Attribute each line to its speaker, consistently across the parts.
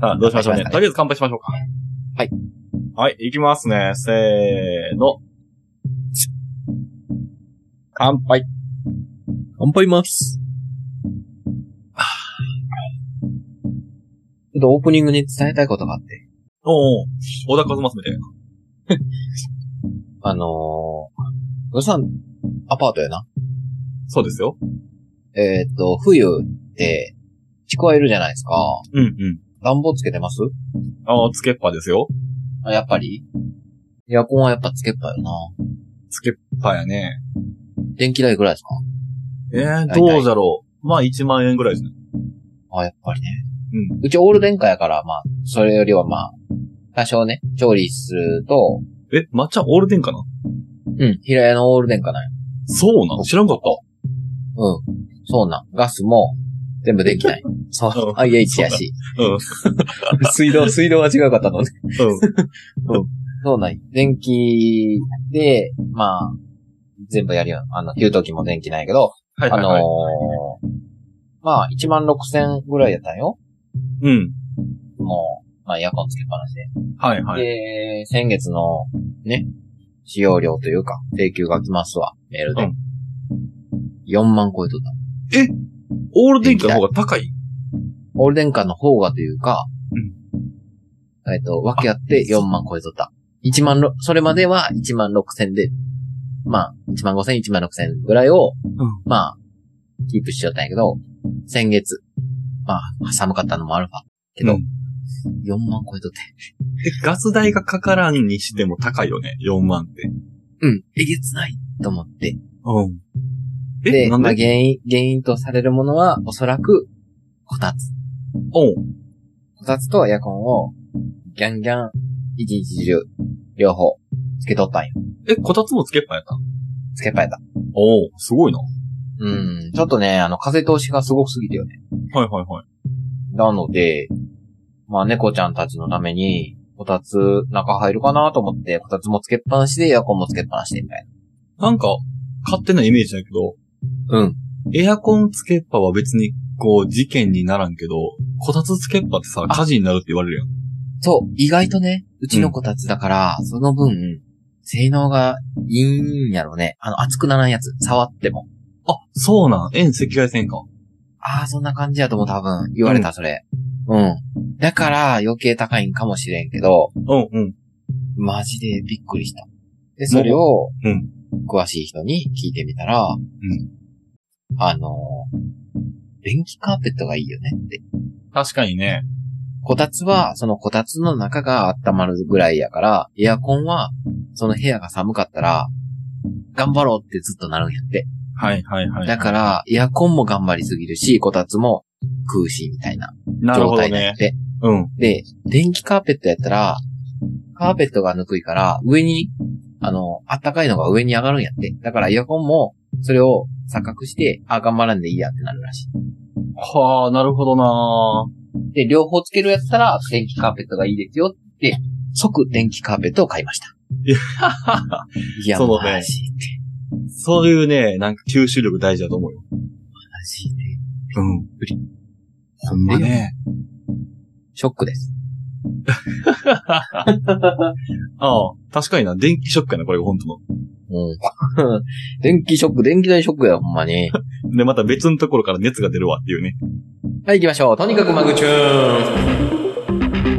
Speaker 1: さあ、どうしましょうね。とりあえず乾杯しましょうか。
Speaker 2: はい。
Speaker 1: はい、いきますね。せーの。乾杯。
Speaker 3: 乾杯ます。
Speaker 2: ちょっとオープニングに伝えたいことがあって。
Speaker 1: おお小田和正みたいな。
Speaker 2: あのー、うさん、アパートやな。
Speaker 1: そうですよ。
Speaker 2: えーっと、冬って、ちくわいるじゃないですか。
Speaker 1: うんうん。
Speaker 2: 暖房つけてます
Speaker 1: ああ、つけっぱですよ。
Speaker 2: あやっぱりエアコンはやっぱつけっぱよな。
Speaker 1: つけっぱやね。
Speaker 2: 電気代ぐらいですか
Speaker 1: えー、どうじゃろう。まあ、1万円ぐらいですね。
Speaker 2: あ、やっぱりね。うん。うちオール電化やから、まあ、それよりはまあ、多少ね、調理すると、
Speaker 1: え、抹茶オール電化な
Speaker 2: うん、平屋のオール電化なんよ
Speaker 1: そうなの知らんかった。
Speaker 2: うん。そうなん。ガスも、全部できない。そうう。
Speaker 1: ん
Speaker 2: IH やし。
Speaker 1: うん。
Speaker 2: 水道、水道は違うかったのね。
Speaker 1: うん。
Speaker 2: そうなんよ。電気で、まあ、全部やるよ。あの、給湯器も電気ないけど、
Speaker 1: はい
Speaker 2: あ
Speaker 1: はい
Speaker 2: の
Speaker 1: はい。
Speaker 2: ーまあ、1万6千ぐらいやったんよ。
Speaker 1: うん。
Speaker 2: もう、まあ、エアコンつけっぱなしで。
Speaker 1: はいはい。
Speaker 2: で、先月のね、使用料というか、請求が来ますわ、メールで。
Speaker 1: うん
Speaker 2: 4万超えとった。
Speaker 1: オール電化の方が高い
Speaker 2: オール電化の方がというか、えっと、分け合って4万超えとった。1万ろ、それまでは1万6千で、まあ、1万5千、1万6千ぐらい
Speaker 1: ん
Speaker 2: を、まあ、キープしよったんやけど、先月、まあ、寒かったのもあるわ。けど、
Speaker 1: うん
Speaker 2: 4万超えとって。
Speaker 1: で、ガス代がかからんにしても高いよね。4万って。
Speaker 2: うん、えげつないと思って。
Speaker 1: うん。え、
Speaker 2: で、
Speaker 1: なん
Speaker 2: まあ、
Speaker 1: で
Speaker 2: 原因、原因とされるものは、おそらく、こたつ。
Speaker 1: おう
Speaker 2: こたつとエアコンを、ギャンギャン、一日中、両方、つけとったんよ。
Speaker 1: え、こたつもつけっぱやった
Speaker 2: つけっぱやった。
Speaker 1: おおすごいな。
Speaker 2: うん、ちょっとね、あの、風通しがすごすぎてよね。
Speaker 1: はいはいはい。
Speaker 2: なので、まあ、猫ちゃんたちのために、こたつ、中入るかなと思って、こたつもつけっぱなしで、エアコンもつけっぱなしで、みたい
Speaker 1: なんか、勝手なイメージだけど、
Speaker 2: な。うん。
Speaker 1: エアコンつけっぱは別に、こう、事件にならんけど、こたつつけっぱってさ、火事になるって言われるやん。
Speaker 2: そう、意外とね、うちのこたつだから、その分、性能がいいんやろね。あの、熱くならんやつ、触っても。
Speaker 1: あ、そうなん。遠赤外線か。
Speaker 2: ああ、そんな感じやと思う、多分。言われた、それ。うん。だから、余計高いんかもしれんけど、
Speaker 1: うんうん。
Speaker 2: マジでびっくりした。で、それを、
Speaker 1: うん
Speaker 2: 詳しい人に聞いてみたら、あのー、電気カーペットがいいよねって。
Speaker 1: 確かにね。
Speaker 2: こたつは、そのこたつの中が温まるぐらいやから、エアコンは、その部屋が寒かったら、頑張ろうってずっとなるんやって。
Speaker 1: はいはいはい。
Speaker 2: だから、エアコンも頑張りすぎるし、こたつも空しみたいな
Speaker 1: なる
Speaker 2: 状
Speaker 1: ほど
Speaker 2: 態になっ
Speaker 1: ね。
Speaker 2: て。
Speaker 1: うん。
Speaker 2: で、電気カーペットやったら、カーペットがぬくいから、上に、あの、あったかいのが上に上がるんやって。だからエアコンも、それを錯覚して、あ、頑張らんでいいやってなるらしい。
Speaker 1: はあ、なるほどな
Speaker 2: で、両方つけるやったら、電気カーペットがいいですよって、即電気カーペットを買いました。いや、
Speaker 1: そのね
Speaker 2: マジで、
Speaker 1: そういうね、なんか吸収力大事だと思うよ。
Speaker 2: マジで。
Speaker 1: うん。ほんまね。
Speaker 2: ショックです。
Speaker 1: ああ、確かにな。電気ショックやな、これが本当の。
Speaker 2: うん。 電気ショック、電気代ショックや、ほんまに。
Speaker 1: で、また別のところから熱が出るわっていうね。
Speaker 2: はい、行きましょう。とにかくマグチューン。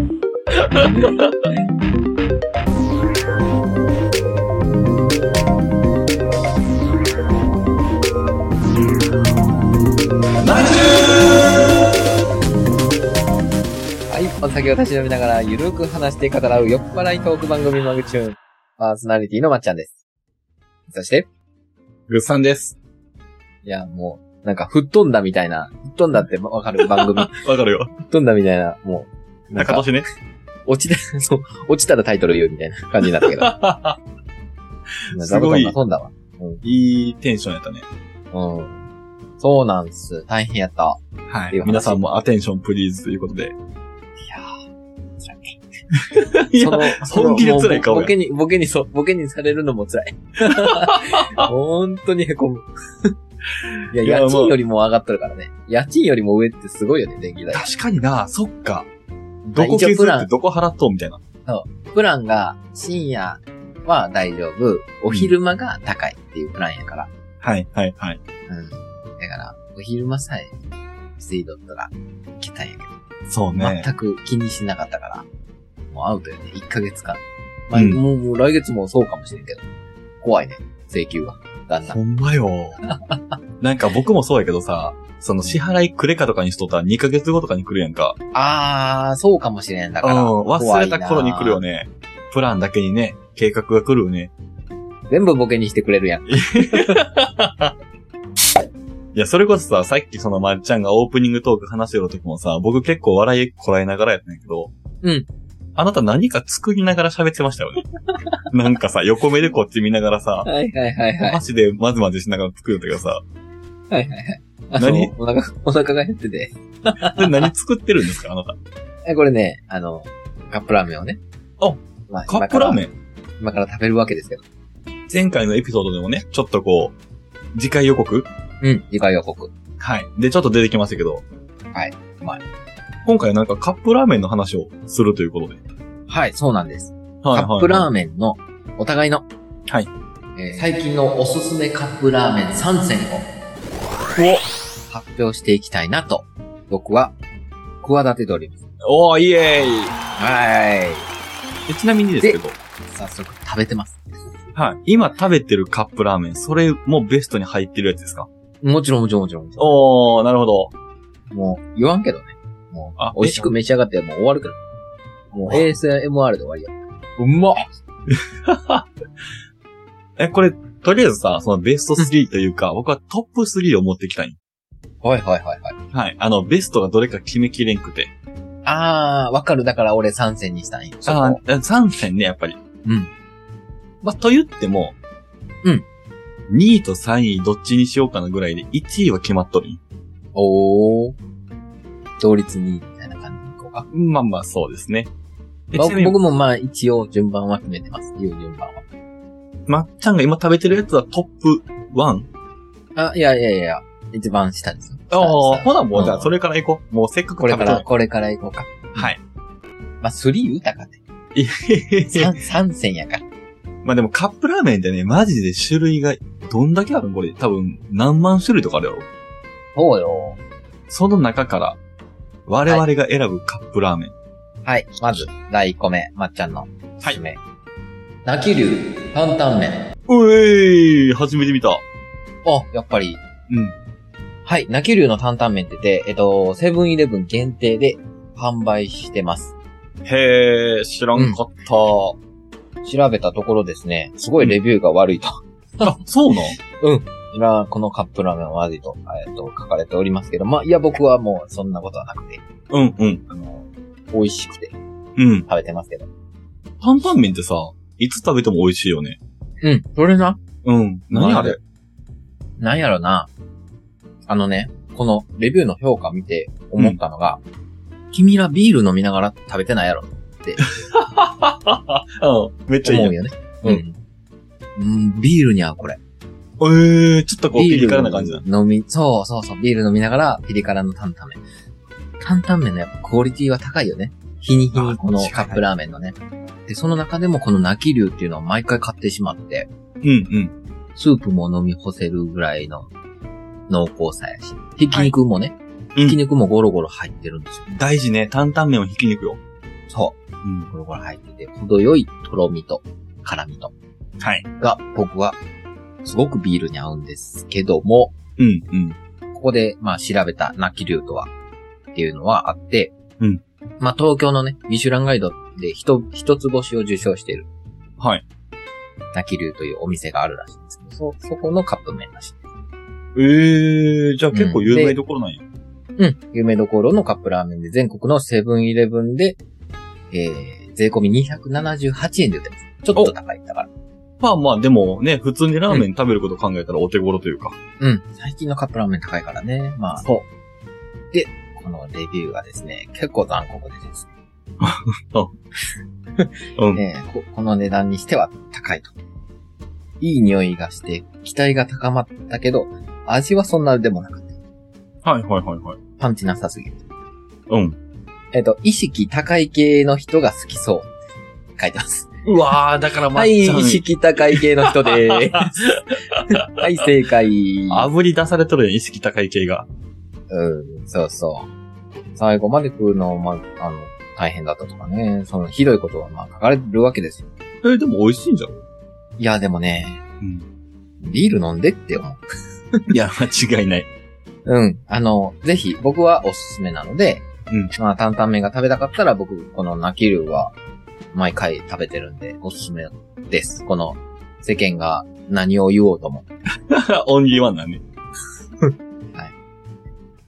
Speaker 2: はい、お酒を立ち飲みながらゆるく話して語らう酔っ払いトーク番組マグチューン。パーソナリティのまっちゃんです。そして、
Speaker 1: ぐっさんです。
Speaker 2: いや、もう、なんか、吹っ飛んだみたいな、吹っ飛んだってわかる番 組。
Speaker 1: わかるよ。
Speaker 2: 吹っ飛んだみたいな、もう、なん
Speaker 1: 中
Speaker 2: か、
Speaker 1: 年ね。
Speaker 2: 落ちた、 そう、落ちたらタイトル言うみたいな感じになったけど。 今
Speaker 1: すごい
Speaker 2: 座布団が飛んだ
Speaker 1: いいテンションやったね。
Speaker 2: わ。うん。そうなんす。大変やった。
Speaker 1: はい
Speaker 2: い話
Speaker 1: 皆さんもアテンションプリーズということで。いや
Speaker 2: その、その
Speaker 1: 本気で辛い顔
Speaker 2: もう
Speaker 1: や
Speaker 2: ボケに、ボケに、そう、ボケにされるのも辛 い。本当に凹む。いや、
Speaker 1: いや
Speaker 2: 家賃よりも上がっとるからね。家賃よりも上ってすごいよね、電気代。
Speaker 1: 確かにな、そっか。どこ削ってどこ払っとうみたいな。
Speaker 2: プランが深夜は大丈夫、お昼間が高いっていうプランやから。
Speaker 1: はい、はい、はい。
Speaker 2: うん。だから、お昼間さえしていとったらいけたんやけど、
Speaker 1: そうね。
Speaker 2: 全く気にしなかったから、もうアウトよね。1ヶ月間。まあ、
Speaker 1: うん
Speaker 2: もうもう来月もそうかもしれんけど、怖いね、請求が。だんだん。
Speaker 1: ほんまよ。 なんか僕もそうやけどさ、その支払いクレカとかにしとったら2ヶ月後とかに来るやんか。
Speaker 2: あー、そうかもしれん。だ
Speaker 1: う
Speaker 2: から、
Speaker 1: ん。忘
Speaker 2: 怖い
Speaker 1: れ
Speaker 2: な
Speaker 1: た頃に来るよね。プランだけにね、計画が来るよね。
Speaker 2: 全部ボケにしてくれるやん。
Speaker 1: いや、それこそさ、さっきそのまっちゃんがオープニングトーク話してる時もさ、僕結構笑いこらえながらやったんやけど。
Speaker 2: うん。
Speaker 1: あなた何か作りながら喋ってましたよ ね。なんかさ、横目でこっち見ながらさ、
Speaker 2: はいはいはいはい。
Speaker 1: 箸でまずまずしながら作るんだけどさ、
Speaker 2: はいはいはい。あの
Speaker 1: 何
Speaker 2: お腹、お腹が減ってて。
Speaker 1: で何作ってるんですかあなた。
Speaker 2: え、これね、あの、カップラーメンをね。
Speaker 1: あ
Speaker 2: まあ
Speaker 1: カップラーメ
Speaker 2: ン
Speaker 1: ン
Speaker 2: 今から食べるわけですけど。
Speaker 1: 前回のエピソードでもね、ちょっとこう、次回予告
Speaker 2: うん。次回予告。
Speaker 1: はい。で、ちょっと出てきましたけど。
Speaker 2: はい。まあ
Speaker 1: 今回はなんかカップラーメンの話をするということで。
Speaker 2: はい、そうなんです。
Speaker 1: はい
Speaker 2: カップラー
Speaker 1: ン。
Speaker 2: メンの、お互いの。
Speaker 1: はい。
Speaker 2: えー最近のおすすめカップラーメン3選を発表していきたいなと、僕は、企てております。
Speaker 1: おおーイエーイ
Speaker 2: は
Speaker 1: えちなみにですけど、
Speaker 2: ーい。早速食べてます。
Speaker 1: はい。今食べてるカップラーメン、それもベストに入ってるやつですか
Speaker 2: もちろんもちろんもちろんもちろ
Speaker 1: おー、なるほど。
Speaker 2: ん。もう、言わんけどね。も
Speaker 1: あ
Speaker 2: う、美味しく召し上がってもう終わるから。もう ASMR で終わりよ。うまっ
Speaker 1: え、これ、とりあえずさ、そのベスト3というか、僕はトップ3を持ってきたい。
Speaker 2: はいはいはいはい。
Speaker 1: はい。あの、ベストがどれか決めきれんくて。
Speaker 2: あー、わかる。だから俺3選にしたんよ。そこ
Speaker 1: ああ、3選ね、やっぱり。
Speaker 2: うん。
Speaker 1: まあ、と言っても、
Speaker 2: うん。
Speaker 1: 2位と3位どっちにしようかなぐらいで、1位は決まっとる。
Speaker 2: おー。同率に、みたいな感じでいこうか。
Speaker 1: まあまあ、そうですね。え
Speaker 2: ま
Speaker 1: ちなみに、
Speaker 2: 僕もまあ一応順番は決めてます。言う順番は。
Speaker 1: まっちゃんが今食べてるやつはトップ 1?
Speaker 2: あ、いやいやいや、一番下ですよ。
Speaker 1: ああ、
Speaker 2: 下
Speaker 1: ほなもうじゃ
Speaker 2: う
Speaker 1: あ
Speaker 2: ん
Speaker 1: それから行こう。もうせっかく
Speaker 2: こ
Speaker 1: 食べて
Speaker 2: れか
Speaker 1: る
Speaker 2: ら、これから行こうか。
Speaker 1: はい。
Speaker 2: まあ、スリー豊かで。
Speaker 1: いやいやいや
Speaker 2: 三、三戦やから。
Speaker 1: まあでもカップラーメンってね、マジで種類がどんだけあるのこれ多分何万種類とかあるやろ。
Speaker 2: そうよ。
Speaker 1: その中から、我々が選ぶカップラーメン。
Speaker 2: はい。まず、第一個目、まっちゃんのおすすめ。泣き流、担々麺。あ、
Speaker 1: うえー初めて見た。
Speaker 2: やっぱり。
Speaker 1: うん。
Speaker 2: はい。泣き流の担々麺ってて、えっと、セブンイレブン限定で販売してます。
Speaker 1: へえ、知らんかった。
Speaker 2: 調べたところですね、すごいレビューが悪いと。
Speaker 1: あ、そうなん
Speaker 2: いやこのカップラーメンは悪いと、えっと、書かれておりますけど、まあ、いや、僕はもうそんなことはなくて、
Speaker 1: うんうん。
Speaker 2: あの、美味しくて食
Speaker 1: うん。
Speaker 2: べてますけど。
Speaker 1: 担々麺ってさ、いつ食べても美味しいよね。
Speaker 2: うん、それな。
Speaker 1: うん。何あれ
Speaker 2: なんやろな。あのね、このレビューの評価見て思ったのが、君らビール飲みながら食べてないやろと
Speaker 1: うん。めっちゃいい
Speaker 2: 思
Speaker 1: やん
Speaker 2: う。よね。うん。うん、ビールに合う、これ。
Speaker 1: ええー、ちょっとこう、
Speaker 2: ビ
Speaker 1: ピ
Speaker 2: ール
Speaker 1: リ辛な感じだ。
Speaker 2: 飲み、そうそうそう、ビール飲みながら、ピリ辛の担々麺。担々麺のやっぱクオリティは高いよね。日に日
Speaker 1: あ
Speaker 2: にこの
Speaker 1: 違いな
Speaker 2: カ
Speaker 1: い
Speaker 2: ップラーメンのね。で、その中でもこの泣き流っていうのを毎回買ってしまって、
Speaker 1: うんうん。
Speaker 2: スープも飲み干せるぐらいの濃厚さやし、ひき肉もね、
Speaker 1: うん
Speaker 2: ひき肉もゴロゴロ入ってるんですよ。
Speaker 1: 大事ね、担々麺をひき肉よ。
Speaker 2: そうう。
Speaker 1: ん。
Speaker 2: ゴロゴロ入ってて、程よいとろみと辛みと
Speaker 1: はい。
Speaker 2: が、僕は、すごくビールに合うんですけども、
Speaker 1: うんうん。
Speaker 2: ここで、まあ、調べた泣き竜とは、っていうのはあって、
Speaker 1: うん。
Speaker 2: まあ、東京のね、ミシュランガイドで一、一つ星を受賞している
Speaker 1: はい。
Speaker 2: 泣き竜というお店があるらしいんですけど、そ、そこのカップ麺らしい。
Speaker 1: ええー、じゃあ結構有名どころなんや。
Speaker 2: うん。有名どころのカップラーメンで、全国のセブンイレブンで、えー、税込み278円で売ってます。ちょっと高いだから。
Speaker 1: まあまあ、でもね、普通にラーメン食べること考えたらお手頃というか。
Speaker 2: うん。最近のカップラーメン高いからね。まあ、
Speaker 1: そう。
Speaker 2: で、このレビューがですね、結構残酷でですね。
Speaker 1: うん。
Speaker 2: えーここの値段にしては高いと。いい匂いがして、期待が高まったけど、味はそんなでもなかった。
Speaker 1: はいはいはいはい。
Speaker 2: パンチなさすぎる。
Speaker 1: うん。
Speaker 2: えっと、意識高い系の人が好きそう。書いてます。
Speaker 3: うわー、だからま
Speaker 2: は
Speaker 3: っ
Speaker 2: い、
Speaker 3: ちゃん、
Speaker 2: 意識高い系の人でーす。はい、正解。
Speaker 1: 炙り出されとるやん、意識高い系が。
Speaker 2: うん、そうそう。最後まで食うの、ま、あの、大変だったとかね、その、ひどいことは、まあ、書かれるわけですよ。
Speaker 1: え、でも美味しいんじゃん。
Speaker 2: いや、でもね、ビール飲んでって思う。
Speaker 1: いや、間違い ない。
Speaker 2: うん。あの、ぜひ、僕はおすすめなので、
Speaker 1: うん
Speaker 2: まあ、担々麺が食べたかったら、僕、この泣きるは、毎回食べてるんで、おすすめです。この、世間が何を言おうとも。
Speaker 1: オンリーワン だね。。
Speaker 2: はい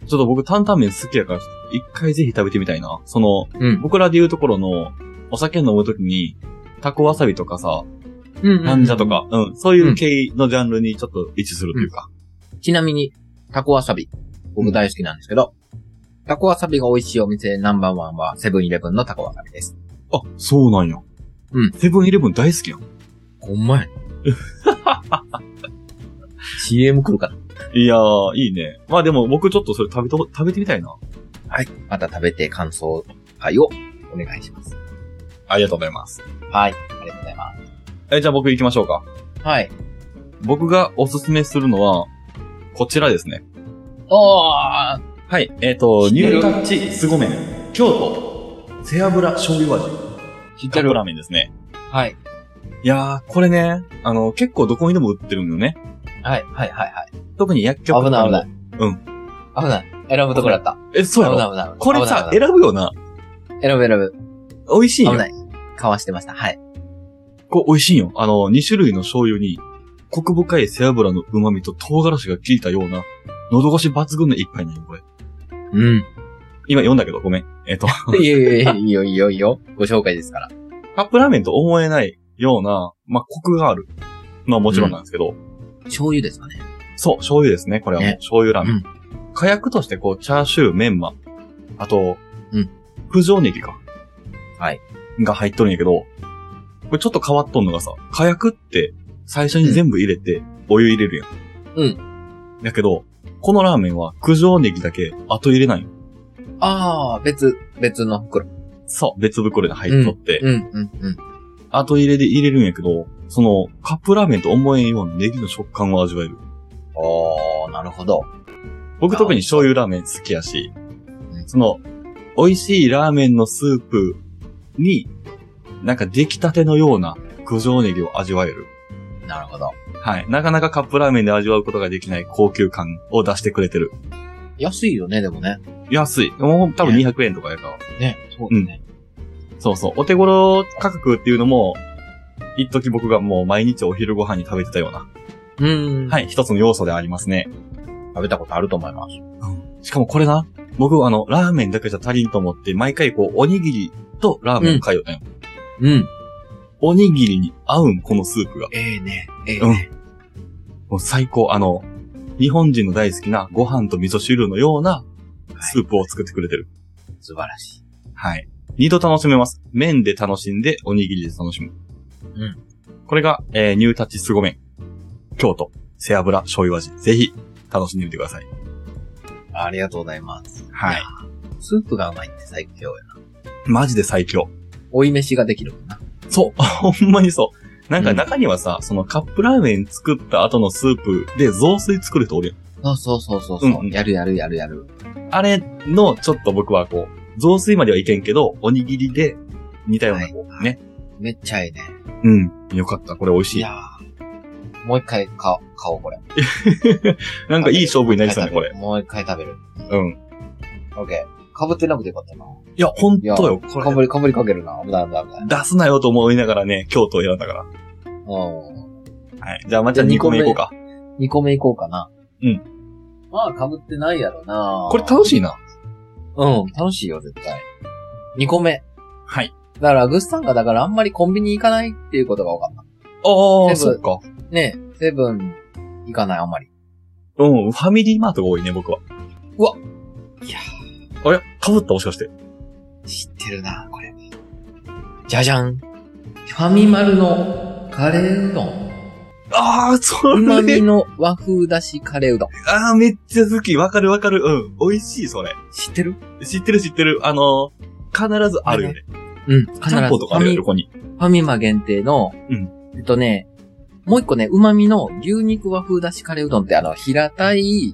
Speaker 1: ちょっと僕、担々麺好きやから、一回ぜひ食べてみたいな。その、
Speaker 2: うん。
Speaker 1: 僕らで言うところの、お酒飲むときに、タコわさびとかさ、
Speaker 2: うん
Speaker 1: なんじゃと。か、うん、そういう系のジャンルにちょっと位置するというか。
Speaker 2: ちなみに、タコわさび。僕大好きなんですけど、タコわさびが美味しいお店ナンバーワンは、セブンイレブンのタコわさびです。
Speaker 1: あ、そうなんや。
Speaker 2: うん。
Speaker 1: セブンイレブン大好きやん。
Speaker 2: ほん まや。CM 来るかない
Speaker 1: やー、いいね。まあでも僕ちょっとそれ食べと、食べてみたいな。
Speaker 2: はい。また食べて感想会をお願いします。
Speaker 1: ありがとうございます。
Speaker 2: はい。ありがとうございま
Speaker 1: え、じゃあ僕行きましょうか。
Speaker 2: す。はい。
Speaker 1: 僕がおすすめするのは、こちらですね。
Speaker 2: おー
Speaker 1: はい、えっ、と、ニ
Speaker 2: 知って
Speaker 1: ュー
Speaker 2: る
Speaker 1: タッチ凄麺、京都、背脂醤油味、
Speaker 2: 知っ
Speaker 1: カ
Speaker 2: て
Speaker 1: ップ
Speaker 2: る
Speaker 1: ラーメンですね。
Speaker 2: はい。
Speaker 1: いやー、これね、あの、結構どこにでも売ってるんよね。
Speaker 2: はい、はい、はい、はい。
Speaker 1: 特に薬局とか
Speaker 2: 危ない、
Speaker 1: の
Speaker 2: 危ない。
Speaker 1: う
Speaker 2: 危ない。選ぶとこだった。
Speaker 1: え、そ
Speaker 2: 危
Speaker 1: うや
Speaker 2: な
Speaker 1: ろ
Speaker 2: い、危ない。
Speaker 1: これさ、
Speaker 2: 危
Speaker 1: 選ぶよな。
Speaker 2: ない危ない選ぶ、選ぶ。
Speaker 1: 美味しいん
Speaker 2: 危
Speaker 1: よ。
Speaker 2: ない。かわしてました。はい。
Speaker 1: これ美味しいんよ。あの、2種類の醤油に、コク深い背脂の旨味と唐辛子が効いたような、喉越し抜群の一杯なんよ、これ。
Speaker 2: うん。
Speaker 1: 今読んだけど、ごめん。えっ、と、
Speaker 2: いやいやいや、いいよ、いいよ、いいよ。ご紹介ですから。
Speaker 1: カップラーメンと思えないような、まあ、コクがある。まあ、もちろんなんですけど、
Speaker 2: 醤油ですかね。
Speaker 1: そう、醤油ですね。これはもう
Speaker 2: ね
Speaker 1: 醤油ラーメン。火薬としてこう、チャーシュー、メンマ、あと、
Speaker 2: うん。
Speaker 1: 九条ネギか。
Speaker 2: はい。
Speaker 1: が入っとるんやけど、これちょっと変わっとんのがさ、火薬って最初に全部入れて、お湯入れるやん。。
Speaker 2: うん
Speaker 1: だけど、このラーメンは九条ネギだけ後入れないよ
Speaker 2: ああ、別、別の袋。
Speaker 1: そう。別袋で入っとって、
Speaker 2: うん、うん、うん。
Speaker 1: 後入れで入れるんやけど、その、カップラーメンと思えんようなネギの食感を味わえる。
Speaker 2: おー、なるほど。
Speaker 1: 僕特に醤油ラーメン好きやし
Speaker 2: う、ん
Speaker 1: その、美味しいラーメンのスープに、なんか出来たてのような九条ネギを味わえる。
Speaker 2: なるほど。
Speaker 1: はい。なかなかカップラーメンで味わうことができない高級感を出してくれてる。
Speaker 2: 安いよね、でもね。
Speaker 1: 安い。もう多分200円とかやから。
Speaker 2: ね、そうだね。
Speaker 1: そうそう。お手頃価格っていうのも、一時僕がもう毎日お昼ご飯に食べてたような、
Speaker 2: うん。
Speaker 1: はい、一つの要素でありますね。
Speaker 2: 食べたことあると思います。
Speaker 1: しかもこれな、僕はあの、ラーメンだけじゃ足りんと思って、毎回こう、おにぎりとラーメンを買いよったんよ
Speaker 2: うん。
Speaker 1: おにぎりに合うん、このスープが。
Speaker 2: ええね。ええ
Speaker 1: うん
Speaker 2: ね。
Speaker 1: もう最高。あの、日本人の大好きなご飯と味噌汁のようなスープを作ってくれてる。
Speaker 2: 素晴らしい。
Speaker 1: はい。二度楽しめます。麺で楽しんで、おにぎりで楽しむ。
Speaker 2: うん。
Speaker 1: これが、えー、ニュータッチ凄麺。京都、背脂、醤油味。ぜひ、楽しんでみてください。
Speaker 2: ありがとうございます。
Speaker 1: はい
Speaker 2: やー。スープがうまいって最強やな。
Speaker 1: マジで最強。
Speaker 2: 追い飯ができるもんな。
Speaker 1: そう。 ほんまにそう。なんか
Speaker 2: うん
Speaker 1: 中にはさ、そのカップラーメン作った後のスープで雑炊作る人おるやん
Speaker 2: そうそうそうそうそう、
Speaker 1: うんうん
Speaker 2: やるやるやるやる。
Speaker 1: あれの、ちょっと僕はこう、雑炊まではいけんけど、おにぎりで、似たような、こう、ね。
Speaker 2: めっちゃいいね。
Speaker 1: うん。よかった。これ美味し
Speaker 2: い
Speaker 1: い。
Speaker 2: やーもう一回買おう、買おう、これ。
Speaker 1: なんかいい勝負になりそうだね、これ。
Speaker 2: もう一回食べる。
Speaker 1: うん。
Speaker 2: オッケー。かぶってなくてよかったな。
Speaker 1: いや、ほんと
Speaker 2: いや
Speaker 1: よ。こ
Speaker 2: か
Speaker 1: れ、
Speaker 2: ぶり、かぶりかけるな。危ない危ない危ない。
Speaker 1: 出すなよと思いながらね、京都を選んだから。
Speaker 2: うん。
Speaker 1: はい。じゃあ、また2個目いこうか。
Speaker 2: 二個目いこうかな。。
Speaker 1: うん
Speaker 2: まあ、かぶってないやろな。
Speaker 1: これ楽しいな。
Speaker 2: うん、楽しいよ、絶対。二個目。
Speaker 1: はい。
Speaker 2: だから、グッさんがだからあんまりコンビニ行かないっていうことが分かっ
Speaker 1: ああ、
Speaker 2: セ
Speaker 1: そ
Speaker 2: ブン
Speaker 1: っか。
Speaker 2: た。ねえ、セブン行かない、あんまり。
Speaker 1: うん。ファミリーマートが多いね、僕は。うわ。
Speaker 2: いや
Speaker 1: あれかぶったもしかして。
Speaker 2: 知ってるな、これ。じゃじゃん。ファミマルのカレー うどん。
Speaker 1: ああ、そう
Speaker 2: まみ
Speaker 1: れ。
Speaker 2: の和風だしカレーうどん。
Speaker 1: ああ、めっちゃ好き。わかるわかる。うん。美味しい、それ。
Speaker 2: 知ってる
Speaker 1: 知ってる知ってる。あのー必ずあるよね。
Speaker 2: うん。必ず。
Speaker 1: ちゃんぽんとかあるよ、
Speaker 2: フ
Speaker 1: 横
Speaker 2: ァミ
Speaker 1: に。
Speaker 2: ファミマ限定の、
Speaker 1: うん
Speaker 2: えっとね、もう一個ね、旨味の牛肉和風だしカレーうどんってあの、平たい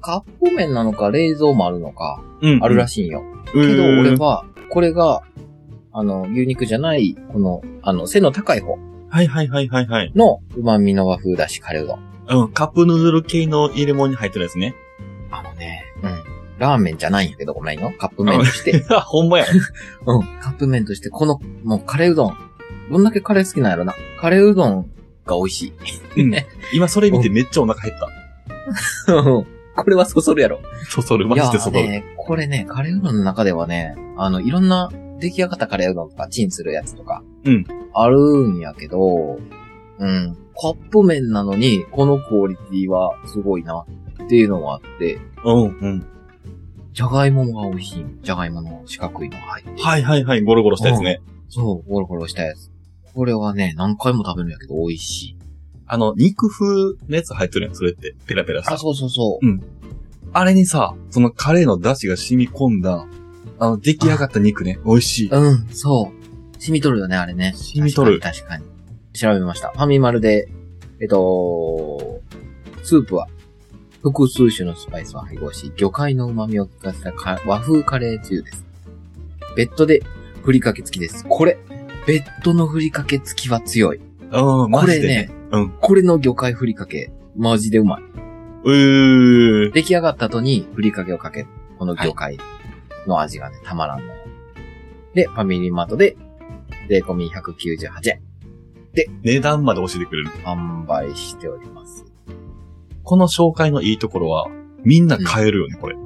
Speaker 2: カップ麺なのか冷蔵もあるのか、
Speaker 1: うん。
Speaker 2: あるら
Speaker 1: しい。
Speaker 2: しいんよ。
Speaker 1: け
Speaker 2: けど俺は、これが、あの、牛肉じゃない、この、あの、背の高い方
Speaker 1: はいはいはいはいはい。
Speaker 2: の旨味の和風だしカレーうどん。
Speaker 1: うん、カップヌードル系の入れ物に入ってるやつね。
Speaker 2: あのね、うん。ラーメンじゃないんやけど、ごめんよ。カップ麺として。
Speaker 1: あ、ほんまや。
Speaker 2: うん。カップ麺として、この、もうカレーうどん。どんだけカレー好きなんやろな。カレーうどんが美味しい。
Speaker 1: う ん。今それ見てめっちゃお腹減った。
Speaker 2: これはそそるやろ。
Speaker 1: そそる、マ
Speaker 2: いや
Speaker 1: ジでそそる。
Speaker 2: ね、これね、カレーうどんの中ではね、あの、いろんな出来上がったカレーうどんとか、チンするやつとか、
Speaker 1: うん
Speaker 2: あるんやけど、うん、カップ麺なのに、このクオリティはすごいな、っていうのがあって、
Speaker 1: うん、うん。
Speaker 2: じゃがいもが美味しい。じゃがいもの四角いのが入って。
Speaker 1: はいはいはい、ゴロゴロしたやつね。
Speaker 2: そう、ゴロゴロしたやつ。これはね、何回も食べるんやけど、美味しい。
Speaker 1: あの、肉風のやつ入ってるやん、それって。ペラペラした
Speaker 2: あ、。そうそうそう。
Speaker 1: あれにさ、そのカレーの出汁が染み込んだ、あの、出来上がった肉ね、美味しい。
Speaker 2: うん、そう。染み取るよね、あれね。
Speaker 1: 染み取る
Speaker 2: 確かに。確かに調べました。ファミマルで、えっと、スープは、複数種のスパイスを配合し、魚介の旨味を効かせたか和風カレーつゆです。ベッドで、ふりかけ付きです。これ、ベッドのふりかけ付きは強い。
Speaker 1: うん、
Speaker 2: こ
Speaker 1: マジ
Speaker 2: れ
Speaker 1: で
Speaker 2: ね
Speaker 1: ね。、うん
Speaker 2: これの魚介ふりかけ、マジでうまい。
Speaker 1: うー。
Speaker 2: 出来上がった後にふりかけをかける。この魚介の味がね、たまらんのよ。で、ファミリーマートで、税込み198円、
Speaker 1: 値段まで教えてくれる。
Speaker 2: 販売しております。
Speaker 1: この紹介のいいところは、みんな買えるよね、これ。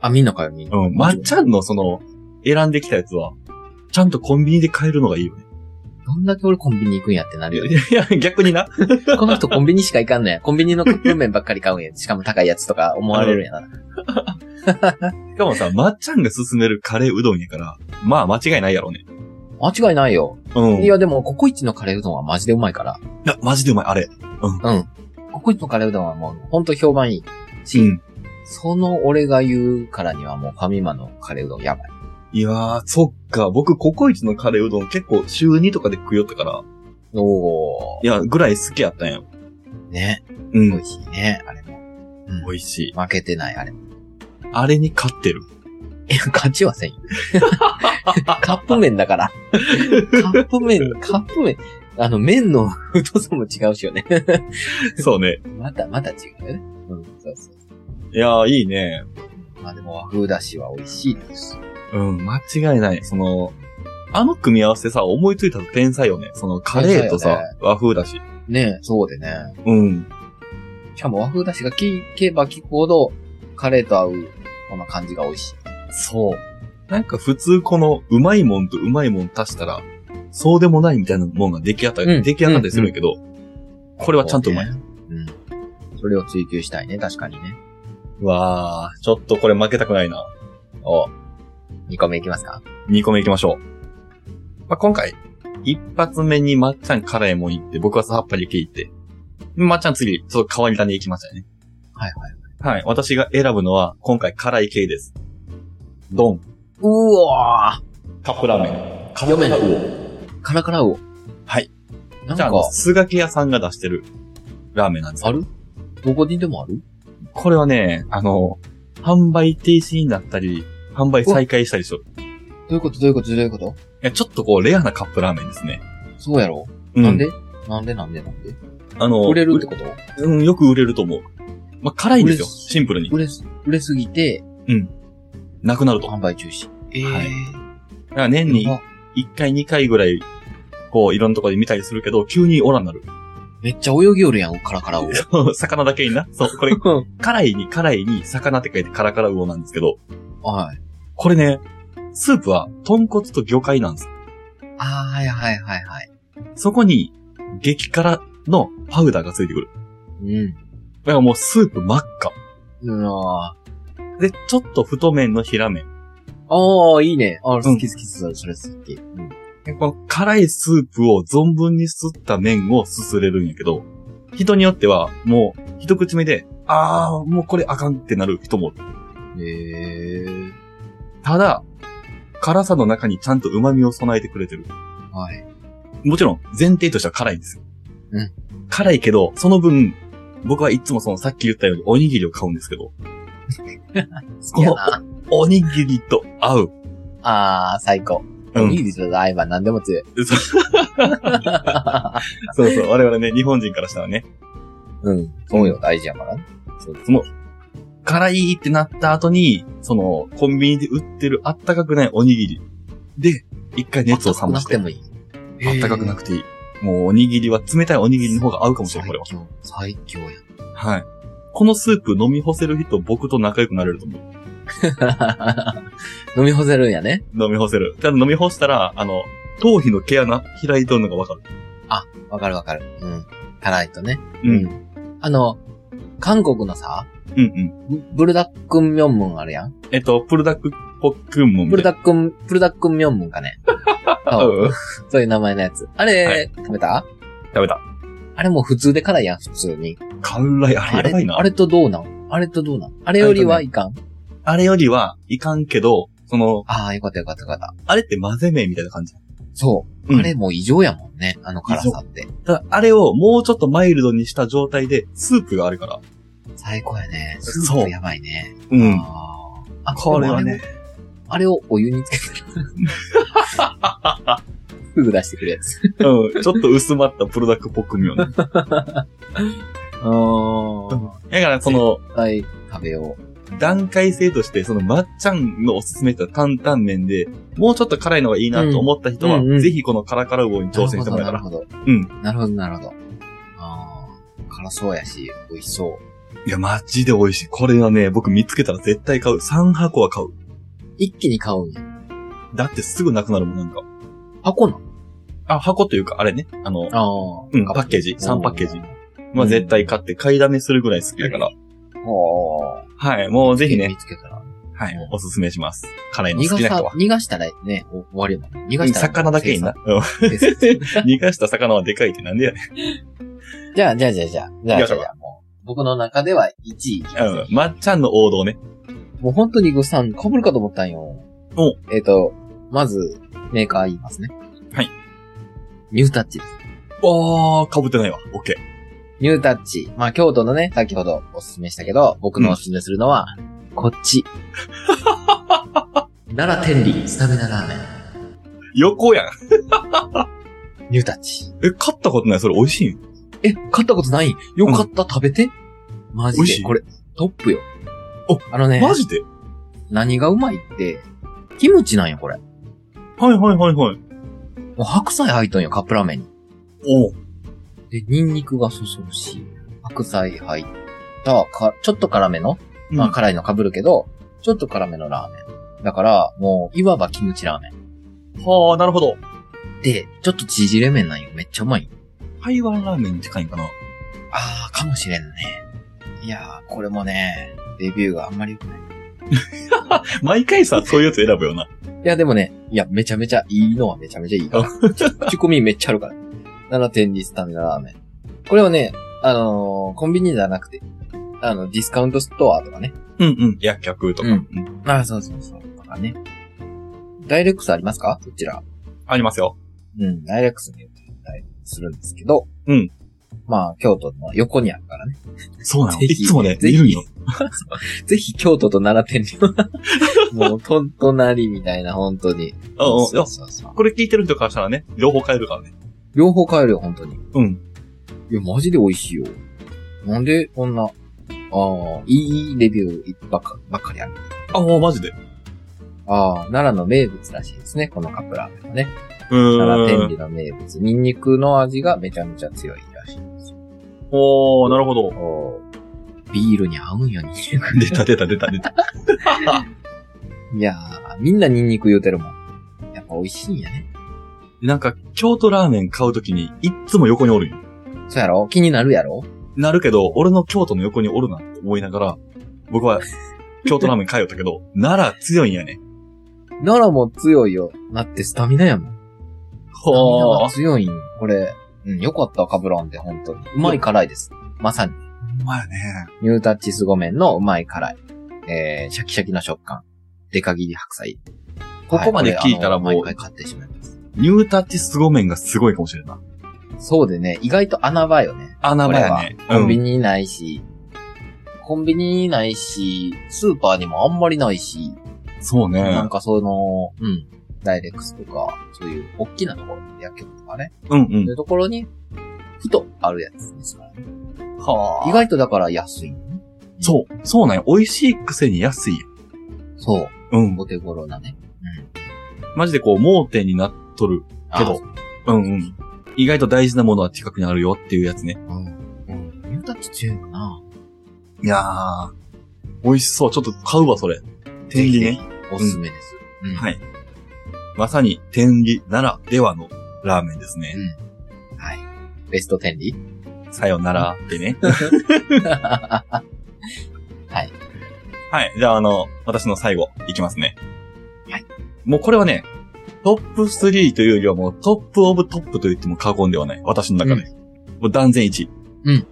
Speaker 2: あ、みんなかよ、みんな。
Speaker 1: うん、まっちゃんのその、選んできたやつは、ちゃんとコンビニで買えるのがいいよね。
Speaker 2: どんだけ俺コンビニ行くんやってなるよね。
Speaker 1: いや、逆にな。
Speaker 2: この人コンビニしか行かんのや。コンビニのカップ麺ばっかり買うんや。しかも高いやつとか思われるんやな。
Speaker 1: しかもさ、まっちゃんが勧めるカレーうどんやから、まあ間違いないやろうね。
Speaker 2: 間違いないよ。
Speaker 1: うん。
Speaker 2: いや、でも、ココイチのカレーうどんはマジでうまいから。
Speaker 1: いや、マジでうまい、あれ。
Speaker 2: うん。ココイチのカレーうどんはもう、ほんと評判いい。し、
Speaker 1: うん。
Speaker 2: その俺が言うからにはもうファミマのカレーうどんやばい
Speaker 1: いやー、そっか。僕、ココイチのカレーうどん結構週2とかで食いよったから、
Speaker 2: お
Speaker 1: いや、ぐらい好きやったんや。
Speaker 2: ー。ね。
Speaker 1: う
Speaker 2: 美
Speaker 1: ん。
Speaker 2: 味しいね、あれも。うん
Speaker 1: 美味しい。
Speaker 2: 負けてない、あれも。
Speaker 1: あれに勝ってる。
Speaker 2: いや、勝ち はせんよ。カップ麺だから。カップ麺、カップ麺。あの、麺の太さも違うしよね。
Speaker 1: そうね。
Speaker 2: また、また違うよね。うん、そうそうそ
Speaker 1: いやー、いいね。
Speaker 2: う。まあでも和風だしは美味しいです。
Speaker 1: うん、間違いない。その、あの組み合わせさ、思いついたと天才よね。その、カレーとさ、
Speaker 2: 天才よ
Speaker 1: 和風だし。
Speaker 2: ねえ、そうでね。
Speaker 1: うん。
Speaker 2: しかも和風だしが効けば効くほど、カレーと合う、この感じが美味しい。
Speaker 1: そう。なんか普通この、うまいもんとうまいもん足したら、そうでもないみたいなもんが出来上がった、
Speaker 2: うん
Speaker 1: 出来上がったりするんやけど、これはちゃんとうまい。
Speaker 2: そうねうん。それを追求したいね、確かにね。
Speaker 1: うわー、ちょっとこれ負けたくないな。
Speaker 2: お2個目いきますか
Speaker 1: 2個目行きましょう。まあ、今回、一発目にまっちゃん辛いもん行って、僕はさっぱり系行って、まっちゃん次、ちょっと変わり種行きましたよね。
Speaker 2: はい
Speaker 1: はい。はい。私が選ぶのは、今回辛い系です。ドン、
Speaker 2: うわ
Speaker 1: カップラーメン。カ
Speaker 2: ラーメン
Speaker 1: ン。
Speaker 2: ーカラカラを。
Speaker 1: はい。
Speaker 2: なん
Speaker 1: じゃ
Speaker 2: か
Speaker 1: あ、あ、のスガキ屋さんが出してるラーメンなんですよ
Speaker 2: あるどこにでもある
Speaker 1: これはね、あの、販売停止になったり、販売再開したりしとる。
Speaker 2: どういうことどういうことどういうこと
Speaker 1: いや、ちょっとこう、レアなカップラーメンですね。
Speaker 2: そうやろ、
Speaker 1: う
Speaker 2: なんでなんでなんでなんで
Speaker 1: あの、
Speaker 2: 売れるってこと
Speaker 1: うん、よく売れると思う。まあ、辛いんですよ。
Speaker 2: 売れす
Speaker 1: シンプルに。
Speaker 2: 売れす、売れすぎて、
Speaker 1: なくなると。だか
Speaker 2: 販売中止。ええ
Speaker 1: はいら年に
Speaker 2: やば
Speaker 1: 1回2回ぐらい、こう、いろんなとこで見たりするけど、急にオラになる。
Speaker 2: めっちゃ泳ぎよるやん、カラカラを。
Speaker 1: 魚だけにな。そう、これ、 辛いに辛いに魚って書いてカラカラ魚なんですけど、
Speaker 2: はい。
Speaker 1: これね、スープは豚骨と魚介なんです。
Speaker 2: あーはいはいはいはい。
Speaker 1: そこに、激辛のパウダーがついてくる。
Speaker 2: うん。
Speaker 1: だからもうスープ真っ赤。
Speaker 2: うわ
Speaker 1: で、ちょっと太麺の平麺。
Speaker 2: ーああ、いいね。あー
Speaker 1: ん
Speaker 2: 好き好きそれ、それ好き。うん。
Speaker 1: でこの辛いスープを存分にすった麺をすすれるんやけど、人によっては、もう、一口目で、あー、もうこれあかんってなる人もおる。
Speaker 2: ええー。
Speaker 1: ただ、辛さの中にちゃんと旨味を備えてくれてる。
Speaker 2: はい。
Speaker 1: もちろん、前提としては辛いんですよ。
Speaker 2: うん
Speaker 1: 辛いけど、その分、僕はいつもそのさっき言ったようにおにぎりを買うんですけ ど、
Speaker 2: 好きやな。
Speaker 1: おにぎりと合う。
Speaker 2: あー、最高。
Speaker 1: うん
Speaker 2: おにぎりと合えば何でも強い。
Speaker 1: そうそうそう、我々ね、日本人からしたらね、
Speaker 2: うん。そうよ、大事やからね。
Speaker 1: そうその、辛いってなった後に、その、コンビニで売ってるあったかくないおにぎりで、一回熱を冷まして。
Speaker 2: あったかくなくてもいい。
Speaker 1: あったかくな
Speaker 2: て
Speaker 1: くていい。もうおにぎりは冷たいおにぎりの方が合うかもしれない、これは。
Speaker 2: 最強、最強や。
Speaker 1: はい。このスープ飲み干せる人、僕と仲良くなれると思う。
Speaker 2: 飲み干せるんやね。
Speaker 1: 飲み干せる。ただ飲み干したら、あの、頭皮の毛穴開いとるのがわかる。
Speaker 2: わかるわかる。うん。辛いとね。
Speaker 1: う。
Speaker 2: うんん。あの、韓国のさ、
Speaker 1: うんうん。
Speaker 2: ブブルダックンミョンムンあるやん。
Speaker 1: えっと、プルダックポックンも
Speaker 2: ブル
Speaker 1: ッ
Speaker 2: ダックン、ブルダックンミョンムンかね。そう
Speaker 1: うん。
Speaker 2: そういう名前のやつ。あれ、
Speaker 1: は
Speaker 2: 食べた
Speaker 1: 食べた。
Speaker 2: あれもう普通で辛いやん、普通に。
Speaker 1: 辛い、あれやばいな。
Speaker 2: あれとどうなんあれとどうなんあれよりはいかん
Speaker 1: あれよりはいかんけど、その、
Speaker 2: ああ、よかったよかったよかった。
Speaker 1: あれって混ぜ麺みたいな感じ。
Speaker 2: そう。
Speaker 1: うん
Speaker 2: あれもう異常やもんね。あの辛さって。
Speaker 1: ただ、あれをもうちょっとマイルドにした状態で、スープがあるから。
Speaker 2: 最高やね。
Speaker 1: そう
Speaker 2: スープやばいね。
Speaker 1: う。
Speaker 2: うんあ、
Speaker 1: これはね。
Speaker 2: あれをお湯につけてる。すぐ出してくるやつ。
Speaker 1: うん。 ちょっと薄まったプルダックポックンよ ね。だ
Speaker 2: うー
Speaker 1: から、その、
Speaker 2: ん。はい、食べよう。
Speaker 1: 段階性として、その、まっちゃんのおすすめって担々麺で、もうちょっと辛いのがいいなと思った人は、
Speaker 2: うんうんうん
Speaker 1: ぜひこのカラカラ棒に挑戦してもらえた
Speaker 2: な
Speaker 1: ら。
Speaker 2: るほど。なるほど
Speaker 1: うん。
Speaker 2: なるほど、なるほど。あー辛そうやし、美味しそう。
Speaker 1: いや、マジで美味しい。これはね、僕見つけたら絶対買う。3箱は買う。
Speaker 2: 一気に買うんや。
Speaker 1: だってすぐなくなるもん、なんか。
Speaker 2: 箱なの
Speaker 1: あ、箱というか、あれね。あの、
Speaker 2: あ
Speaker 1: うん、パッケージ。3パッケージ。まあ、絶対買って買いだめするぐらい好きだから。
Speaker 2: ほー。
Speaker 1: はい、もうぜひね
Speaker 2: 見、つけたら。
Speaker 1: はい、おすすめします。辛いの
Speaker 2: 逃
Speaker 1: 好
Speaker 2: が
Speaker 1: きな
Speaker 2: さ
Speaker 1: 人は、。
Speaker 2: 逃がしたらね、お終わりやもんね。逃
Speaker 1: う
Speaker 2: が
Speaker 1: ん
Speaker 2: したら。
Speaker 1: 魚だけにな。うん
Speaker 2: 生産。生産
Speaker 1: 逃がした魚はでかいってなんでやね
Speaker 2: じゃあ、じゃあ、じゃあ、じゃあ、じ
Speaker 1: 行
Speaker 2: ゃあ、
Speaker 1: きまし
Speaker 2: じ
Speaker 1: ょうか
Speaker 2: ゃあ、じゃあもう、僕の中では1位いきます
Speaker 1: ん。うん。まっちゃんの王道ね。
Speaker 2: もう本当にグさん被るかと思ったんよ。
Speaker 1: お
Speaker 2: えっ、と、まず、メーカー言いますね。
Speaker 1: はい。
Speaker 2: ニュータッチです。
Speaker 1: あー、被ってないわ。オッケー。
Speaker 2: ニュータッチ。まあ、京都のね、先ほどおすすめしたけど、僕のおすすめするのは、こっち。 奈良天理スタミナラーメン。
Speaker 1: 横やん。
Speaker 2: ニュータッチ。
Speaker 1: え、買ったことないそれ美味しいん
Speaker 2: え、買ったことないよかった、食べて。マジ
Speaker 1: 美味し
Speaker 2: で。
Speaker 1: い
Speaker 2: これ、トップよ。
Speaker 1: お
Speaker 2: あのね、
Speaker 1: マジで
Speaker 2: 何がうまいって、キムチなんよ、これ。も
Speaker 1: はいはいはいはい。
Speaker 2: う白菜入っとんよ、カップラーメンに。
Speaker 1: おう
Speaker 2: で、ニンニクがそそるし、白菜入った、か、ちょっと辛めの、まあ辛いの被るけど、ちょっと辛めのラーメン。だから、もう、いわばキムチラーメン。
Speaker 1: はあ、なるほど。
Speaker 2: で、ちょっと縮れ麺なんよ。めっちゃうまいよ。
Speaker 1: 台湾ラーメンに近いんかな
Speaker 2: あー、かもしれんね。いやー、これもね、レビューがあんまり良くない。
Speaker 1: 毎回 さ、そういうやつ選ぶよな。
Speaker 2: いや、でもね、いや、めちゃめちゃいいのはめちゃめちゃいいから。ちょ口コミめっちゃあるから。7点リスタミナラーメン。これはね、あのーコンビニじゃなくて、あの、ディスカウントストアとかね。
Speaker 1: うんうん。薬局とか。
Speaker 2: うん
Speaker 1: うん
Speaker 2: あそうそうそう。とかね。ダイレックスありますかこちら。
Speaker 1: ありますよ。
Speaker 2: うん、ダイレックスに言ったりするんですけど。
Speaker 1: うん。
Speaker 2: まあ、京都の横にあるからね。
Speaker 1: そうなの。
Speaker 2: ぜひ
Speaker 1: いつもね、
Speaker 2: ぜ
Speaker 1: い
Speaker 2: ひ
Speaker 1: るんよ。
Speaker 2: ぜひ京都と奈良店 にもう、とんとなりみたいな、本当に。
Speaker 1: うんうん。い
Speaker 2: そ
Speaker 1: や
Speaker 2: うそうそう。
Speaker 1: これ聞いてる人からしたらね、両方買えるからね。
Speaker 2: 両方買えるよ、本当に。
Speaker 1: うん。
Speaker 2: いや、マジで美味しいよ。なんで、こんな、ああ、いいレビューばっかばっかりある。
Speaker 1: あ、もうマジで。
Speaker 2: ああ、奈良の名物らしいですね、このカップラーメンはね。
Speaker 1: うー
Speaker 2: 奈良天
Speaker 1: ん。
Speaker 2: 理の名物。ニンニクの味がめちゃめちゃ強いらしいですよ。
Speaker 1: おー、なるほど。
Speaker 2: おービールに合うんよ、ニンニク。
Speaker 1: 出た出た出た出た。
Speaker 2: いやー、みんなニンニク言うてるもん。やっぱ美味しいんやね。
Speaker 1: なんか、京都ラーメン買うときに、いっつも横におるんよ。
Speaker 2: そうやろ気になるやろ
Speaker 1: なるけど、俺の京都の横におるなって思いながら、僕は、京都ラーメン買いよったけど、 奈良強いんやね。
Speaker 2: 奈良も強いよ。だってスタミナやもん。スタミナ
Speaker 1: ほ
Speaker 2: が強いんよこれ、うん、よかった、カブランで、本当に。うまい辛いです。まさに。
Speaker 1: うまいね。
Speaker 2: ニュータッチスゴ麺のうまい辛い。えー、シャキシャキの食感。デカ切り白菜。
Speaker 1: ここまで聞いたらもう
Speaker 2: はいこれあの毎回買ってしまいます。
Speaker 1: ニュータッチ凄麺がすごいかもしれんない。
Speaker 2: そうでね、意外と穴場よね。
Speaker 1: 穴場やね。
Speaker 2: コンビ
Speaker 1: ニ。
Speaker 2: ニないし、コンビニないし、スーパーにもあんまりないし、
Speaker 1: そう
Speaker 2: な
Speaker 1: ね
Speaker 2: ん。かその、うん、ダイレックスとか、そういう大きなところ、薬局とかね、
Speaker 1: うんう
Speaker 2: そうい
Speaker 1: ん。
Speaker 2: うところに、ふとあるやつですから、ね。
Speaker 1: は
Speaker 2: 意外とだから安いのね。
Speaker 1: そう。そうなんよ。美味しいくせに安いよ。
Speaker 2: そう。
Speaker 1: うん。
Speaker 2: お手頃なね。うん。
Speaker 1: マジでこう、盲点になっとる。
Speaker 2: あ
Speaker 1: けど。うんうん。意外と大事なものは近くにあるよっていうやつね。
Speaker 2: うん。うん。ニュータッチ強いかない
Speaker 1: やー。美味しそう。ちょっと買うわ、それ。天理ね。
Speaker 2: おすすめです。うん。
Speaker 1: はい。まさに天理ならではのラーメンですね。
Speaker 2: うん。はい。ベスト10に
Speaker 1: さよならってね。
Speaker 2: は
Speaker 1: はい。じゃあ、あの、私の最後、いきますね。
Speaker 2: はい。
Speaker 1: もうこれはね、トップ3というよりはもうトップオブトップと言っても過言ではない。私の中で。もう断然1位。
Speaker 2: うん。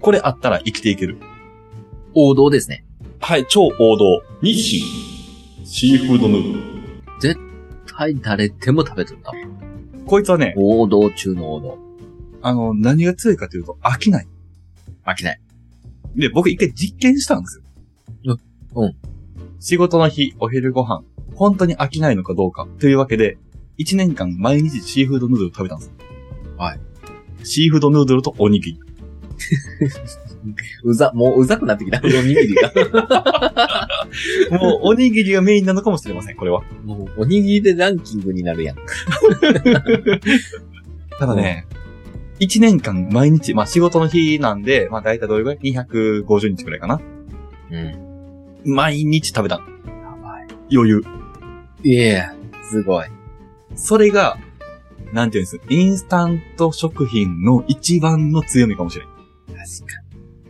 Speaker 1: これあったら生きていける。
Speaker 2: 王道ですね。
Speaker 1: はい、超王道。日清。シーフードヌー
Speaker 2: はい、誰でも食べとった。
Speaker 1: こいつはね、
Speaker 2: 王道中の王道。
Speaker 1: あの、何が強いかというと飽きない。
Speaker 2: 飽きない。
Speaker 1: で、僕一回実験したんですよ。
Speaker 2: うんうん。
Speaker 1: 仕事の日、お昼ご飯、本当に飽きないのかどうか、というわけで、1年間毎日シーフードヌードルを食べたんですよ。
Speaker 2: はい。
Speaker 1: シーフードヌードルとおにぎり。
Speaker 2: うざ、もううざくなってきた。 おにぎりが。
Speaker 1: もう、おにぎりがメインなのかもしれません、これは。
Speaker 2: もう、おにぎりでランキングになるやん。
Speaker 1: ただね、1年間毎日、まあ仕事の日なんで、まあ大体どれぐらい ?250 日くらいかな。
Speaker 2: うん。
Speaker 1: 毎日食べた。やい。余裕。
Speaker 2: いえ、すごい。
Speaker 1: それが、なんていうんです。インスタント食品の一番の強みかもしれん。
Speaker 2: 確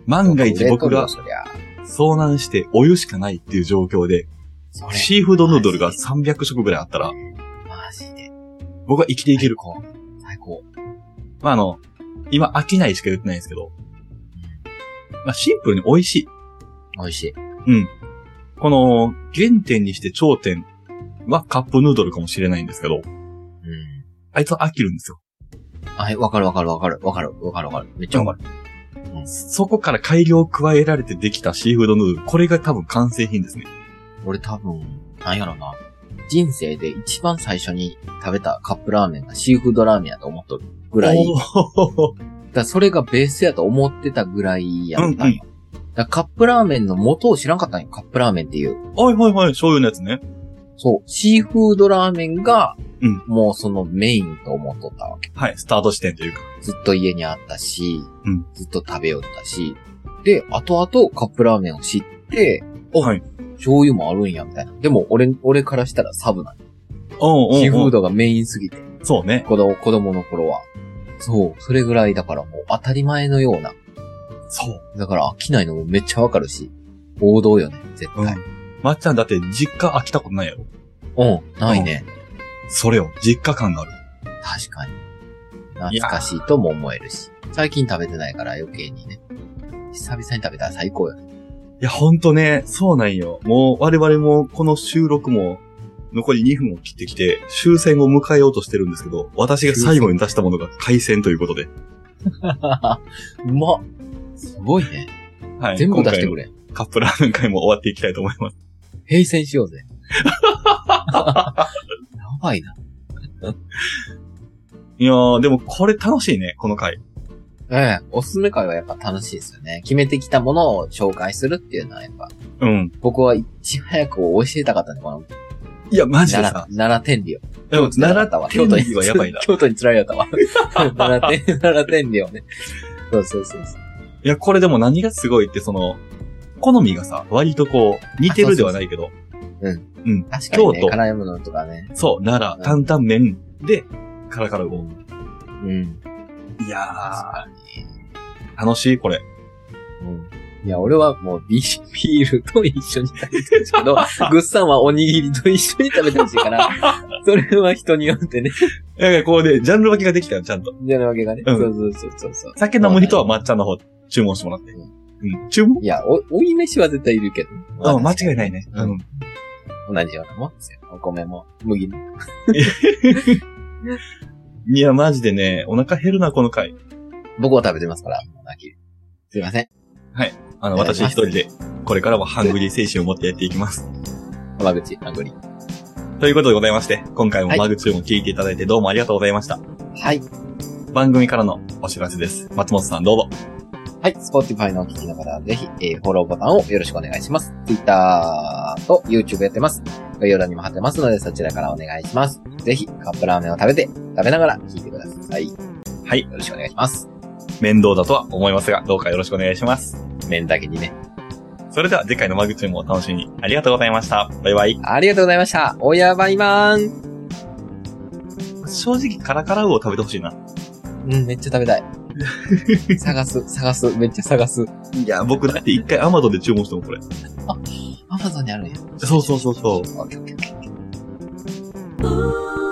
Speaker 1: 万が一僕が
Speaker 2: そりゃ。
Speaker 1: 遭難してお湯しかないっていう状況で、
Speaker 2: それ。
Speaker 1: シーフードヌードルが300食ぐらいあったら、
Speaker 2: マジで。
Speaker 1: 僕は生きていける。
Speaker 2: 高。最高。
Speaker 1: まあ、あの、今飽きないしか言ってないんですけど、まあ、シンプルに美味しい。
Speaker 2: 美味しい。
Speaker 1: この、原点にして頂点はカップヌードルかもしれないんですけど、
Speaker 2: うん。
Speaker 1: あいつは飽きるんですよ。
Speaker 2: はい、わかるわかるわかる。わかるわかるわかる。めっちゃわかる。
Speaker 1: そこから改良を加えられてできたシーフードヌードル、これが多分完成品ですね。
Speaker 2: 俺多分、なんやろな。人生で一番最初に食べたカップラーメンがシーフードラーメンやと思っとるぐらい。
Speaker 1: おー
Speaker 2: だからそれがベースやと思ってたぐらいやった
Speaker 1: うんん
Speaker 2: よ。だからカップラーメンの元を知らんかったんよ。カップラーメンっていう。
Speaker 1: はいはいはい、醤油のやつね。
Speaker 2: そう。シーフードラーメンが
Speaker 1: うん、
Speaker 2: もうそのメインと思っとったわけ。
Speaker 1: はい、スタート地点というか。
Speaker 2: ずっと家にあったし、
Speaker 1: うん
Speaker 2: ずっと食べよったし。で、後々カップラーメンを知って、
Speaker 1: はい。
Speaker 2: 醤油もあるんや、みたいな。でも、俺、俺からしたらサブなんよ
Speaker 1: おうんうん。
Speaker 2: シーフードがメインすぎて。
Speaker 1: そうね。
Speaker 2: 子供、子供の頃は。そう、それぐらいだからもう当たり前のような。
Speaker 1: そう。
Speaker 2: だから飽きないのもめっちゃわかるし、王道よね、絶対。
Speaker 1: まっちゃんだって実家飽きたことないやろ。
Speaker 2: うん、ないね。
Speaker 1: それを、実家感がある。
Speaker 2: 確かに。懐かしいとも思えるし。最近食べてないから余計にね。久々に食べたら最高よね。
Speaker 1: いや、ほんとね、そうなんよ。もう、我々も、この収録も、残り2分を切ってきて、終戦を迎えようとしてるんですけど、私が最後に出したものが海鮮ということで。
Speaker 2: うまっ。すごいね。
Speaker 1: はい。
Speaker 2: 全部出してく
Speaker 1: れ。
Speaker 2: れ。
Speaker 1: カップラーメン会も終わっていきたいと思います。
Speaker 2: 平戦しようぜ。 やばいな。
Speaker 1: いやー、でもこれ楽しいね、この回。
Speaker 2: ええ、おすすめ会はやっぱ楽しいですよね。決めてきたものを紹介するっていうのはやっぱ、
Speaker 1: うん。
Speaker 2: 僕はいち早く教えたかったね、この
Speaker 1: いや、マジで
Speaker 2: 奈
Speaker 1: さ
Speaker 2: 良、。奈良天理を。
Speaker 1: でも、奈良
Speaker 2: たわ。
Speaker 1: 天理はや ばいな。
Speaker 2: 京都に辛いやった わ。奈良天、奈良天理をね。そうそうそうそう。
Speaker 1: いや、これでも何がすごいって、その、好みがさ、割とこう、似てるではないけど、
Speaker 2: 確かにね
Speaker 1: 京、都
Speaker 2: 辛いものとかね。
Speaker 1: そう、奈良、担々麺で、カラカラ語。
Speaker 2: うん。
Speaker 1: いや
Speaker 2: 確か
Speaker 1: ー、楽しい、 これ。
Speaker 2: に。うん。いや、俺はもうビビールと一緒に食べてるけ ど、ぐっさんはおにぎりと一緒に食べてほしいから、 それは人によってね。
Speaker 1: いやいや、こうで、ジャンル分けができたよ、ちゃんと。
Speaker 2: じゃなわけがね。
Speaker 1: う
Speaker 2: そ
Speaker 1: ん
Speaker 2: うそうそうそうそう。
Speaker 1: 酒飲む人は抹茶の方、注文してもらって。
Speaker 2: う
Speaker 1: うん。注文
Speaker 2: いや、お、追い飯は絶対いるけど。
Speaker 1: あ、間違いないね。
Speaker 2: う
Speaker 1: うんん。
Speaker 2: 同じようなもんですよ。お米も、麦も。
Speaker 1: いや、マジでね、お腹減るな、この回。
Speaker 2: 僕は食べてますから、秋。すいません。
Speaker 1: あの、私一人で、これからもハングリー精神を持ってやっていきます。
Speaker 2: 浜口、ハングリ
Speaker 1: ということでございまして、今回も
Speaker 2: はい
Speaker 1: マグチューンを聞いていただいてどうもありがとうございました。
Speaker 2: ー。はい。
Speaker 1: 番組からのお知らせです。松本さんどうぞ。
Speaker 2: はい。Spotify のお聞きの方は、ぜひ、えーフォローボタンをよろしくお願いします。Twitter と YouTube やってます。概要欄にも貼ってますので、そちらからお願いします。ぜひ、カップラーメンを食べて、食べながら聞いてください。よ
Speaker 1: はい。
Speaker 2: ろしくお願いします。
Speaker 1: 面倒だとは思いますが、どうかよろしくお願いします。
Speaker 2: 麺だけにね。
Speaker 1: それでは次回のマグチューンもお楽しみに。ありがとうございました。バイバイ。
Speaker 2: ありがとうございました。おやばいまーん。
Speaker 1: 正直カラカラウを食べてほしいな。
Speaker 2: うん、めっちゃ食べたい。探す、探す、めっちゃ探す。
Speaker 1: いや、僕だって一回アマゾンで注文してもこれ。
Speaker 2: アマゾンにあるんや。
Speaker 1: そうそうそうそう。
Speaker 2: オッケーオッケーオッケー
Speaker 4: Ooh.